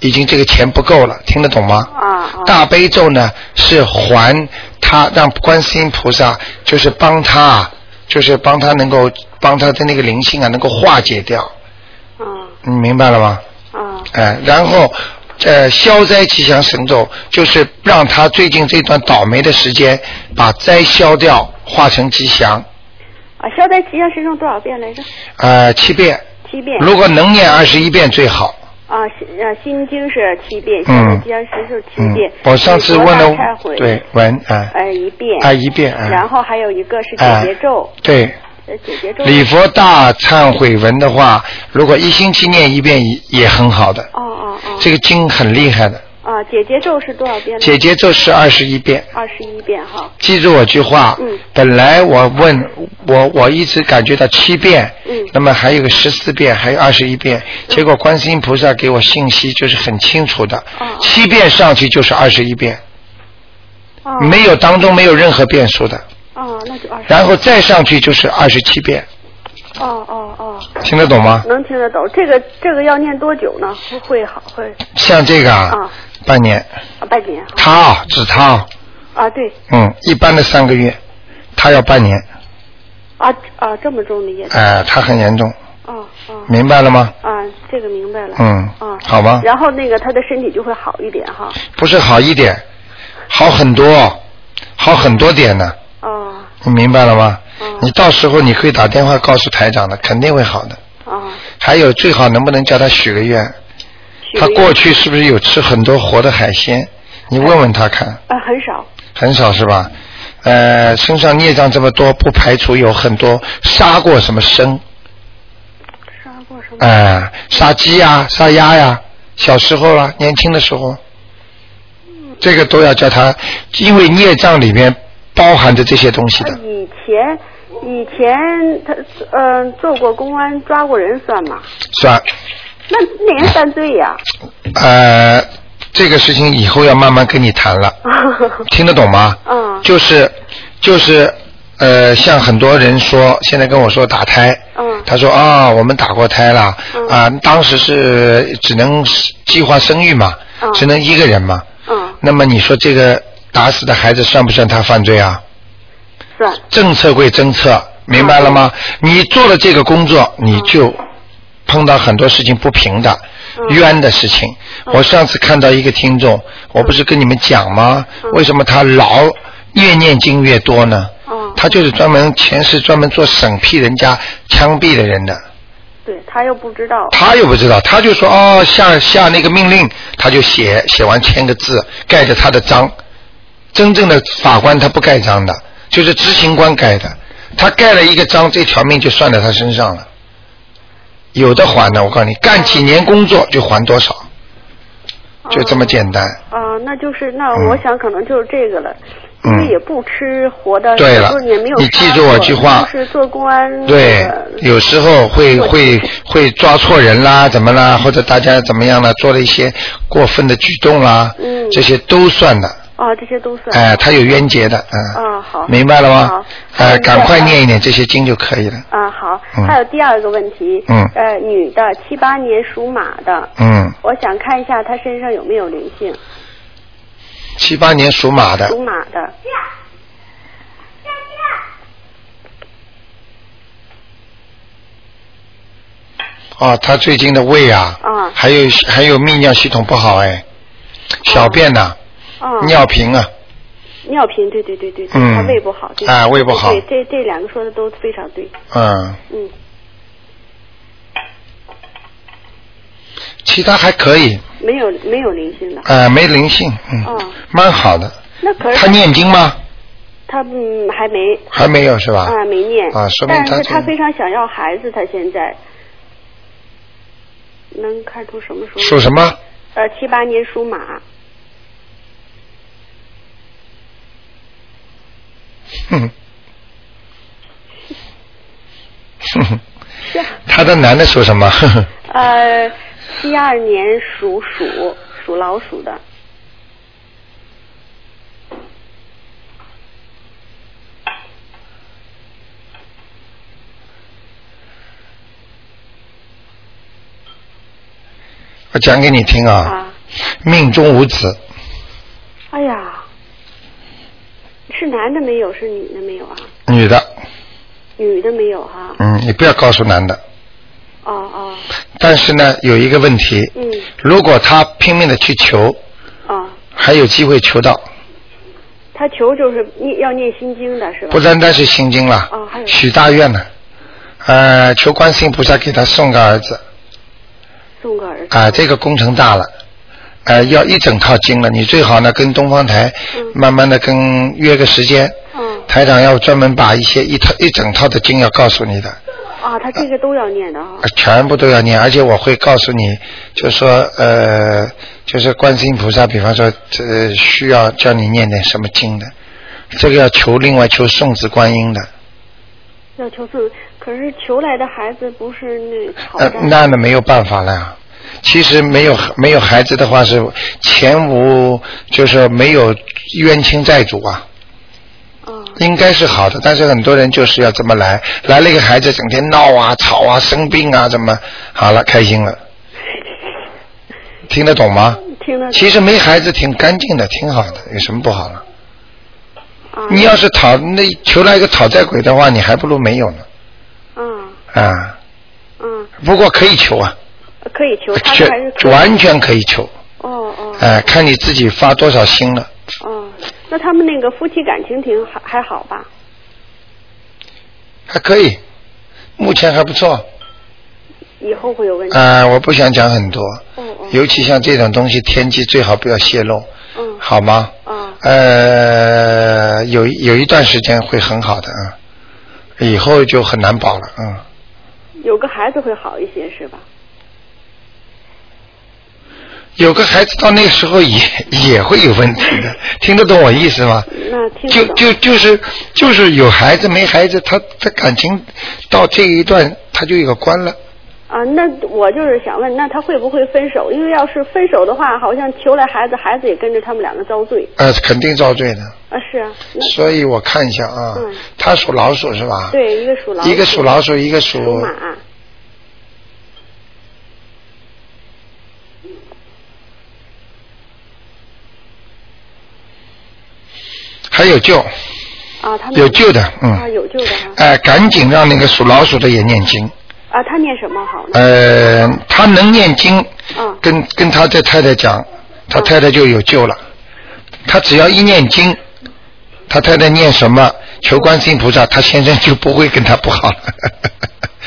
已经这个钱不够了，听得懂吗？
啊啊
大悲咒呢是还他让观世音菩萨就是帮他啊，就是帮他能够帮他的那个灵性啊能够化解掉，
啊
你明白了吗？
啊
哎，然后呃消灾吉祥神咒就是让他最近这段倒霉的时间把灾消掉，化成吉祥，
啊！消灾吉祥神咒多少遍来着？
呃七遍，
七遍。
如果能念二十一遍最好。
啊，心呃心经是七遍，消灾
嗯
吉祥神咒七
嗯
遍。，
我上次问
礼佛大
了
忏悔，
对文哎
呃一遍。
啊一遍啊，
然后还有一个是
哎
解结咒，
对
呃解决咒
礼佛大忏悔文的话，如果一星期念一遍也也很好的，
哦哦哦
这个经很厉害的。
啊，解结咒是多少遍呢？
姐姐咒是二十一遍，
二十一遍哈。
记住我句话。
嗯
本来我问我我一直感觉到七遍，
嗯
那么还有个十四遍，还有二十一遍。结果观世音菩萨给我信息就是很清楚的，
哦
七遍上去就是二十一遍，
哦
没有当中没有任何变数的。
哦，那就二十。
然后再上去就是二十七遍，
哦哦哦，
听得懂吗？
能听得懂。这个这个要念多久呢？会会好会
像这个啊，
啊
半年，
啊半年
他啊，只他啊，
啊对
嗯，一般的三个月，他要半年，
啊啊这么重的业
哎、他很严重，
哦哦
明白了吗？
啊这个明白了
嗯
啊
好吧
然后那个他的身体就会好一点哈
不是好一点，好很多，好很多点呢，
哦
你明白了吗？
哦
你到时候你可以打电话告诉台长的，肯定会好的。
哦
还有最好能不能叫他许个愿？
许
他
个愿
过去是不是有吃很多活的海鲜？你问问他看。
啊很少
很少是吧？呃，身上孽障这么多，不排除有很多杀过什么生，
杀过什么
哎、杀鸡呀、杀鸭呀、小时候啊，年轻的时候，这个都要叫他，因为孽障里面包含着这些东西
他
的。
以前以前他嗯、做过公安抓过人算吗？
算，
那那人犯罪呀、
呃，这个事情以后要慢慢跟你谈了， 听得懂吗？
嗯
就是就是呃，像很多人说，现在跟我说打胎，
嗯
他说啊、我们打过胎了，啊、
嗯
当时是只能计划生育嘛，
嗯
只能一个人嘛，
嗯
那么你说这个打死的孩子算不算他犯罪啊？
算
政策归政策，明白了吗？
嗯
你做了这个工作，你就碰到很多事情不平的、
嗯
冤的事情。我上次看到一个听众，我不是跟你们讲吗？为什么他老越念经越多呢？
嗯
他就是专门前世专门做审批人家枪毙的人的，
对他又不知道
他又不知道，他就说哦下下那个命令，他就写写完签个字，盖着他的章。真正的法官他不盖章的，就是执行官盖的。他盖了一个章，这条命就算在他身上了。有的还呢，我告诉你，干几年工作就还多少，就这么简单。
啊、那就是那
嗯
我想可能就是这个了，
嗯
因为也不吃活的，
对了
就是也没有
你
杀
记住
过
我句话
就是做公安
对
呃，
有时候会
对
会会抓错人啦，怎么啦，或者大家怎么样啦，做了一些过分的举动啦，
嗯
这些都算的。
啊，这些都算。
哎、他有冤结的，嗯。
啊好
明白了吗
好？
哎、
嗯
赶快念一念这些经就可以了。
啊好，
嗯
还有第二个问题，
嗯
呃，女的，七八年属马的，
嗯，
我想看一下她身上有没有灵性，
七八年属马的
属，马的，
哦，他最近的胃啊，
啊
还有还有泌尿系统不好哎，小便呐、
啊，
尿频啊，
尿频，对对对对，对
嗯
她胃不好，对
哎胃不好
对，这这两个说的都非常对，
嗯，
嗯，
其他还可以，
没有没有灵性的，
呃，没灵性，嗯，
哦
蛮好的。
那可
他
是
念经吗？
她嗯还没，
还没有是吧？
啊，没念。
啊，说明
但是
这
他非常想要孩子，他现在能看出什么时候？
属什么？
呃，七八年属马。
哼哼哼，
是啊
他的男的属什么？哼哼
呃，七二年属鼠，属老鼠的。
我讲给你听啊，
啊，
命中无子，
哎呀，是男的没有，是女的没有啊？
女的，
女的没有哈、
嗯，你不要告诉男的。
哦哦，
但是呢，有一个问题，
嗯，
如果他拼命的去求，
哦，
还有机会求到，
他求就是念要念心经的是吧？
不单单是心经了
哦还，有
许大愿呢，呃，求观世音菩萨给他送个儿子，
送个儿子。
啊、这个工程大了，呃，要一整套经了，你最好呢跟东方台
嗯
慢慢的跟约个时间，
嗯
台台长要专门把一些一套一整套的经要告诉你的，
啊，他这个都要念的啊。
全部都要念，而且我会告诉你，就说呃，就是观世音菩萨，比方说呃，需要叫你念点什么经的，这个要求另外求送子观音的，
要求自，可是求来的孩子不是那好
呃
的，，
那那没有办法了。其实没有没有孩子的话是前无就是没有冤亲债主啊，
哦
应该是好的，但是很多人就是要这么来，来了一个孩子整天闹啊、吵啊、生病啊，怎么好了开心了，听得懂吗？
听得
其实没孩子挺干净的，挺好的，有什么不好了？
啊
你要是讨那求来一个讨债鬼的话，你还不如没有呢。嗯。啊。嗯。不过可以求啊。
可以求，他
全
还是可以
完全可以求。
哦哦，
哎、看你自己发多少心了。
那他们那个夫妻感情挺还还好吧？
还可以，目前还不错。
以后会有问题。哦
啊、我不想讲很多。尤其像这种东西，天机最好不要泄露。
嗯
好吗？呃，有有一段时间会很好的啊，嗯以后就很难保了，嗯。
有个孩子会好一些是吧？
有个孩子到那个时候也也会有问题的，听得懂我意思吗？
嗯那听
就就就是就是有孩子没孩子，他他感情到这一段他就有个关了。
啊，那我就是想问，那他会不会分手？因为要是分手的话，好像求来孩子，孩子也跟着他们两个遭罪
呃，肯定遭罪的。
啊。是啊，
所以我看一下啊，他属老鼠是
嗯
吧？
对，一个属老鼠，
一个属老鼠，一个属
属马。
还有救。
啊，他们
有救的嗯
啊，有救的啊
哎、赶紧让那个属老鼠的也念经。
啊，他念什么好呢？
呃，他能念经，
嗯
跟跟他的太太讲，他太太就有救了。他只要一念经，他太太念什么求观世音菩萨，他先生就不会跟他不好了。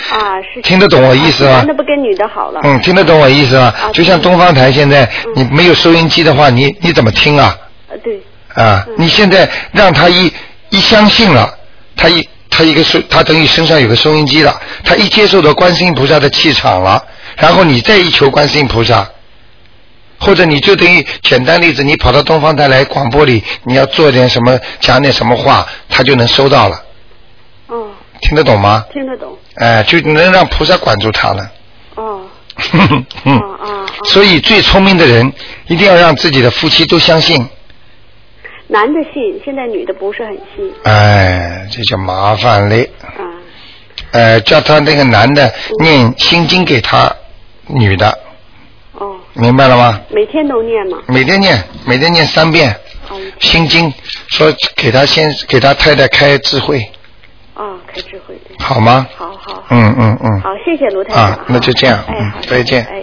啊，是
听得懂我意思吗
啊男的不跟女的好了。啊嗯
嗯，听得懂我意思吗？就像东方台现在，你没有收音机的话，你你怎么听啊？
呃，对，
啊，你现在让他一一相信了，他一他一个收，他等于身上有个收音机了，他一接受到观世音菩萨的气场了，然后你再一求观世音菩萨，或者你就等于简单例子，你跑到东方台来广播里，你要做点什么，讲点什么话，他就能收到了，
哦，
听得懂吗？
听得懂。
哎，就能让菩萨管住他了。
哦，
嗯，所以最聪明的人一定要让自己的夫妻都相信，
男的信，现在女的不是很信。啊
哎，这就麻烦嘞。呃，叫他那个男的念心经给他女的，
哦，
明白了吗？
每天都念哦吗？
每天念，每天念三遍心经，说给他先给他太太开智慧，
啊，开智慧的。
好吗？
好好。
嗯嗯嗯。
好，谢谢卢台长
啊，。那就这样，嗯，再见。
哎。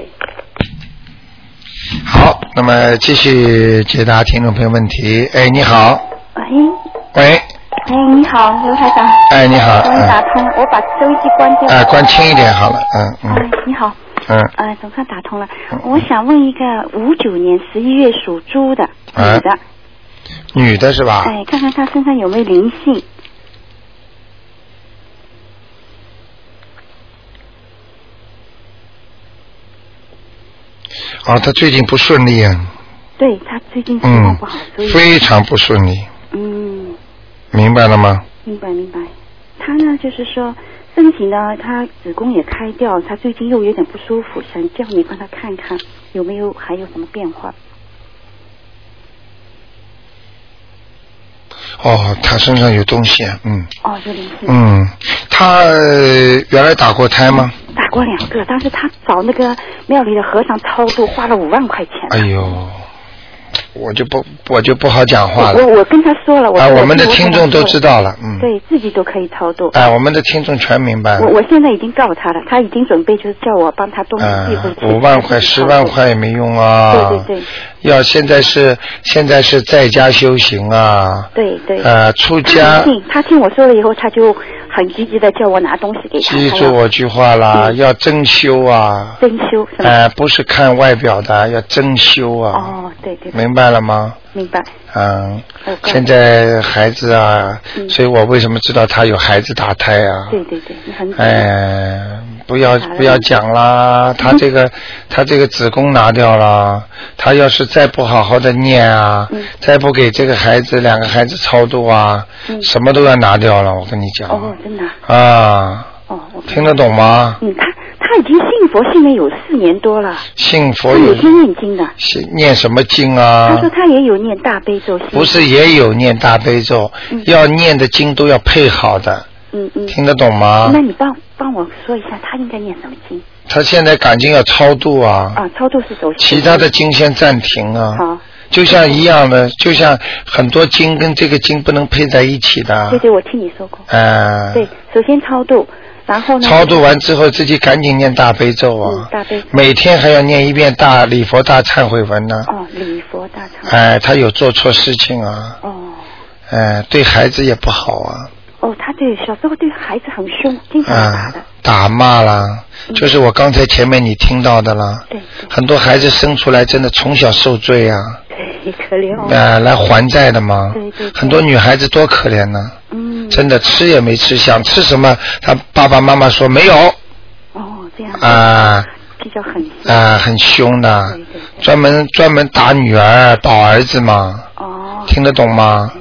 好，那么继续解答听众朋友问题。哎，你好，
喂，
喂，
哎，你好，刘台长。
哎你好
终于打通，我把收音机关掉。
哎，关轻一点好了，嗯嗯
哎，你好，
嗯，
呃，总算打通了。我想问一个五九年十一月属猪的
哎
女的，
女的是吧？
哎，看看她身上有没有灵性。
啊，她最近不顺利啊，
对她最近情况
嗯
不好，所以，
非常不顺利，
嗯，
明白了吗？
明白明白。她呢，就是说身体呢，她子宫也开掉，她最近又有点不舒服，想叫你帮她看看有没有还有什么变化。
哦，她身上有东西，嗯
哦，有灵性。
嗯，她呃原来打过胎吗？
打过两个，但是他找那个庙里的和尚超度，花了五万块钱。
哎呦，我就不我就不好讲话了
我。我跟他说了，我
啊，
说
我们的
自己
听众都知道了，嗯，
对自己都可以超度。
哎，我哎们的听众全明白
我
了。
我现在已经告他了，他已经准备就是叫我帮他东西寄
嗯
回，去。
五万块、十万块也没用啊。
对对对
要现在是现在是在家修行啊，
对对。
呃，出家
他很信，他听我说了以后，他就很积极的叫我拿东西给他，
记
还
住
要
我句话啦，要真修啊！
征修是吧？
哎、不是看外表的，要真修啊！
哦，对对，对
明白了吗？
明白。
嗯
我，告
现在孩子啊，所以我为什么知道他有孩子打胎啊？
嗯对对对，你很懂
哎，不要不要讲啦，他这 个他这个子宫拿掉了，他要是再不好好的念啊，
嗯
再不给这个孩子两个孩子超度啊，什么都要拿掉了，我跟你讲
嗯哦，真的啊。哦
啊，听得懂吗？
嗯，他他已经信佛信了有四年多了，
信
他
佛有
每天念经的。
信念什么经
他
啊
说？他也有念大悲咒，心
不是也有念大悲咒，要念的经都要配好的，
嗯嗯。
听得啊懂吗
那？你帮帮我说一下，他应该念什么经
他现在感情要超度啊。
啊？超度是走心
其他的经先暂停啊
好。
就像一样的，就像很多经跟这个经不能配在一起的。
对对，我听你说过。
哎
对，首先超度，然后呢？嗯
超度完之后，自己赶紧念大悲咒啊！
大悲
每天还要念一遍大礼佛大忏悔文呢、
哦，礼佛大忏。
哎，他有做错事情啊，
哦
哎，对孩子也不好啊，
哦，他对小时候对孩子很凶，经常打
啊
嗯的。，嗯
打骂啦，就是我刚才前面你听到的啦。
对
很多孩子生出来真的从小受罪啊，
对， 可怜哦。
呃，来还债的嘛。
对对对
很多女孩子多可怜呢、
嗯。
真的吃也没吃，想吃什么，她爸爸妈妈说没有
哦，这样
啊啊、
比较狠。
很凶的，专门专门打女儿、打儿子嘛。
哦。
听得懂吗？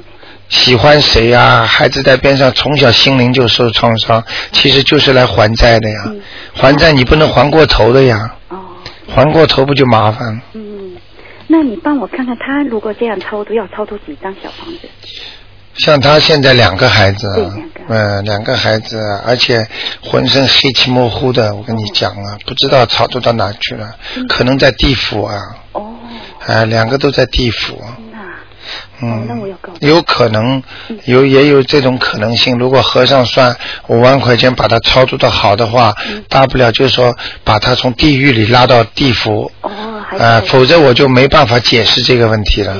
喜欢谁呀、孩子在边上，从小心灵就受创伤，其实就是来还债的呀。
嗯
还债你不能还过头的呀。
哦
还过头不就麻烦了？
嗯，那你帮我看看他如果这样超度，要超度几张小房子？
像他现在两个孩子
对
啊
两，
嗯，两个孩子啊，而且浑身黑漆模糊的，我跟你讲啊，不知道操作到哪去了，
嗯
可能在地府啊。哦。啊，两个都在地府。啊嗯，有可能有也有这种可能性。如果和尚算五万块钱把他操作的好的话，大不了就说把他从地狱里拉到地府。
哦，还
啊，否则我就没办法解释这个问题了。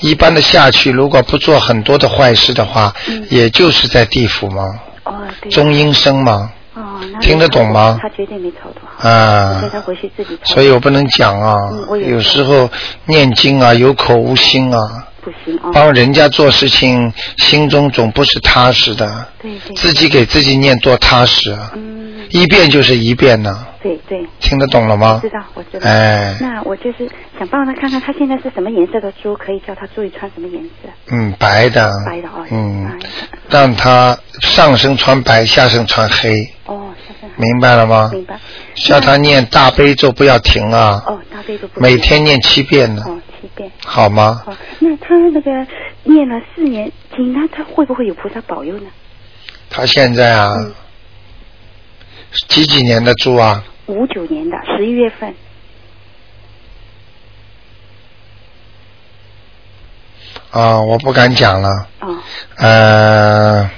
一般的下去，如果不做很多的坏事的话，也就是在地府嘛，
哦，对。
中阴身嘛，
哦，那
听得懂吗
他绝对没超度好，
啊
所以。他回去自己超度。
所以我不能讲啊，
我也
有时候念经啊，有口无心啊，
不行哦。
帮人家做事情，心中总不是踏实的，
对对
自己给自己念多踏实啊，
嗯
一遍就是一遍呢、
对对。
听得懂了吗
我知？道，我知道。
哎
那我就是想帮他看看他现在是什么颜色的猪，可以叫他注意穿什么颜色。
嗯，白的，
白的哦
嗯，让他上身穿白，下身穿黑，
哦，下身
明白了吗？
明白。
叫他念大悲咒，不要停啊，
哦，大悲咒不
每天念七遍呢，
哦七遍。
好吗？
哦，那他那个念了四年经，那他会不会有菩萨保佑呢？
他现在啊，
嗯
几几年的猪啊？
五九年的十一月份，
啊，我不敢讲了。
哦
呃，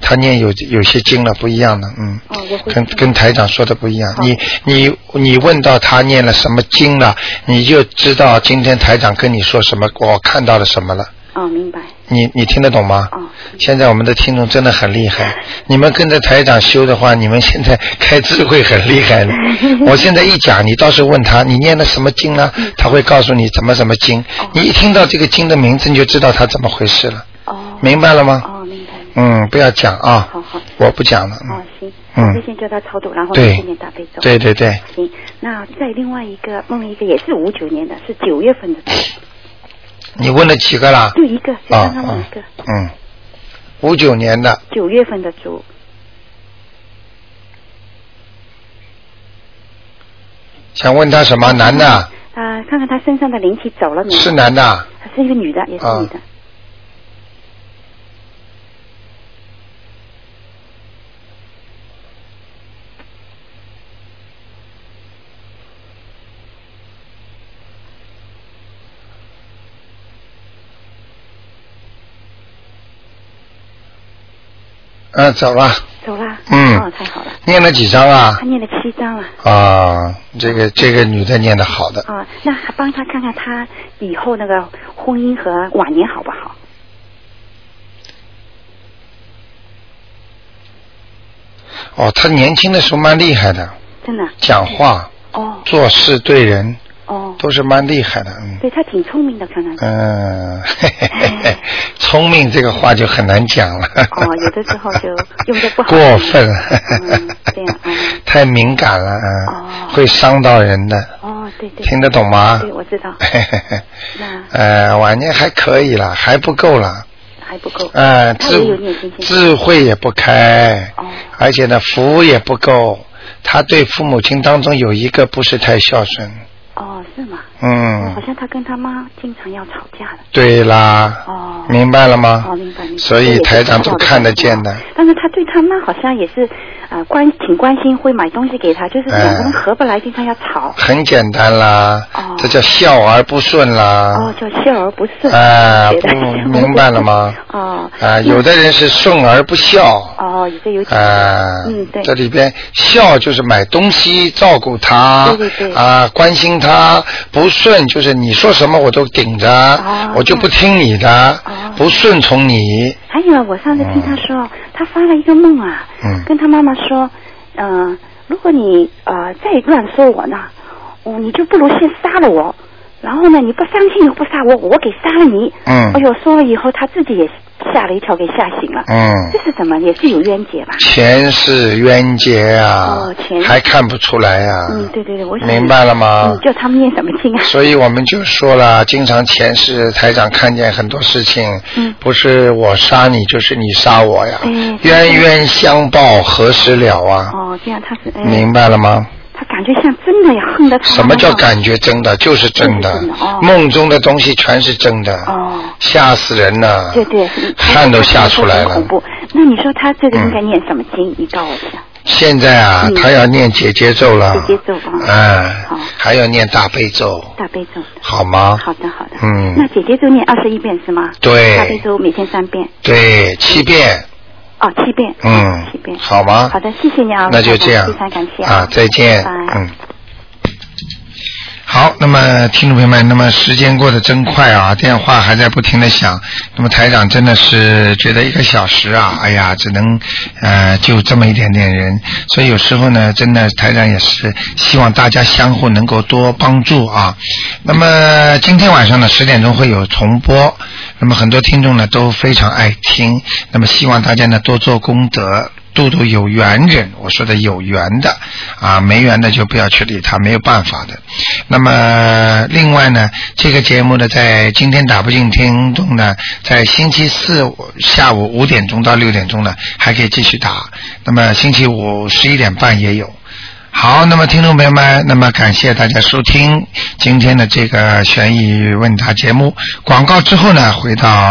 他念有有些经了，不一样的，嗯。
哦，我会
跟跟台长说的不一样，你你你问到他念了什么经了，你就知道今天台长跟你说什么，我看到了什么了。
哦，明白。
你你听得懂吗？
哦
现在我们的听众真的很厉 害，你们跟着台长修的话，你们现在开智慧很厉害 的。我现在一讲，你到时候问他你念的什么经呢？
嗯
他会告诉你怎么怎么经。
哦
你一听到这个经的名字，你就知道他怎么回事了。明白了吗？
哦，明白。
嗯，不要讲啊，
好好。
我不讲了。
哦，行。
嗯
我会先叫他超度，然后
对
再念大悲咒。
对对对。
行，那再另外一个梦一个也是五九年的，是九月份的，
你问了几个啦？
就一个，就
啊
嗯刚刚问一个，
嗯，五九年的
九月份的猪。
想问他什么？男的，
啊、看看他身上的灵气走了没有？
是男的啊。
是一个女的，也是女的。
嗯，走了。
走啦。
嗯
哦，太好了。
念了几张啊
他念了七张了。
啊，这个这个女的念的好的，
啊、那还帮他看看他以后那个婚姻和晚年好不好？
哦，他年轻的时候蛮厉害的，
真的。
讲话、
哦
做事、对人
哦，
都是蛮厉害的，嗯。
对他挺聪明的，看上去。
嗯，嘿嘿嘿嘿， 聪明这个话就很难讲了。
哦，有的时候就用的不好。
过分了，
这样嗯
太敏感了，嗯，会伤到人的，
哦，对对。
听得懂吗？
对，哎我知道。
啊嘿嘿嘿
那
呃，晚年还可以了，还不够了，
还不够。
呃，
他也
智
有念心经。哦
智慧也不开，而且呢，福也不够。他对父母亲当中有一个不是太孝顺，
哦，是吗？
嗯
好，像他跟他妈经常要吵架的。
对啦，
哦。
明白了吗？
哦，明白明白。
所以台长都看得见的。
但是他对他妈好像也是，呃，关挺关心，会买东西给他，
哎
就是两个人合不来，经常要吵。
很简单啦，这叫孝而不顺啦
哦，，叫孝而不顺。
啊，
对的
不明白了吗？
哦。
啊，有的人是顺而不孝，
哦，有这有点。
啊，
嗯对
这里边孝就是买东西照顾他，
对对对
啊，关心他，不顺就是你说什么我都顶着，
哦
我
嗯
就不听你的，不顺从你，
还有，啊我上次听他说，他发了一个梦啊，
嗯
跟他妈妈说，嗯、如果你呃再乱说我呢，哦，你就不如先杀了我，然后呢，你不伤心又不杀我，我给杀了你。
嗯
哎呦，说了以后，他自己也吓了一跳，给吓醒了。
嗯
这是什么？也是有冤结吧？
前世冤结啊
哦前，世
还看不出来啊，
嗯，对对对，我想嗯
明白了吗
你叫他们念什么经啊？
所以我们就说了，经常前世台长看见很多事情，
嗯
不是我杀你，就是你杀我呀，
哎
冤冤相报何时了啊？
哦，这样他是哎，
明白了吗？
他感觉像真的呀，恨得他
什么叫感觉真的？就是真的，
哦
梦中的东西全是真的，吓死人了，
对对，
汗都吓出来了嗯
很恐。怖。那你说他这个应该念什么经？你告诉我一下。
现在啊，
嗯
他要念姐姐咒了，
姐姐咒啊
嗯，还要念大悲咒，
大悲咒。
好吗？
好的，好的。
嗯
那，姐姐咒念二十一遍是吗？
对
大悲咒每天三遍，
对，七遍，
哦，七遍。
嗯，
七遍。
好吗？
好的，谢谢你啊。
那就
台长
这样
非常感谢
啊，再见
拜拜。，
嗯。好，那么听众朋友们，那么时间过得真快
嗯
啊，电话还在不停的响。那么台长真的是觉得一个小时啊，哎呀，只能呃就这么一点点人，所以有时候呢，真的台长也是希望大家相互能够多帮助啊。那么今天晚上呢，十点钟会有重播，那么很多听众呢都非常爱听，那么希望大家呢多做功德。度度有缘人，我说的有缘的啊，没缘的就不要去理他，没有办法的。那么另外呢，这个节目呢，在今天打不进听众呢，在星期四下午五点钟到六点钟呢，还可以继续打。那么星期五十一点半也有。好，那么听众朋友们，那么感谢大家收听今天的这个悬疑问答节目。广告之后呢，回到。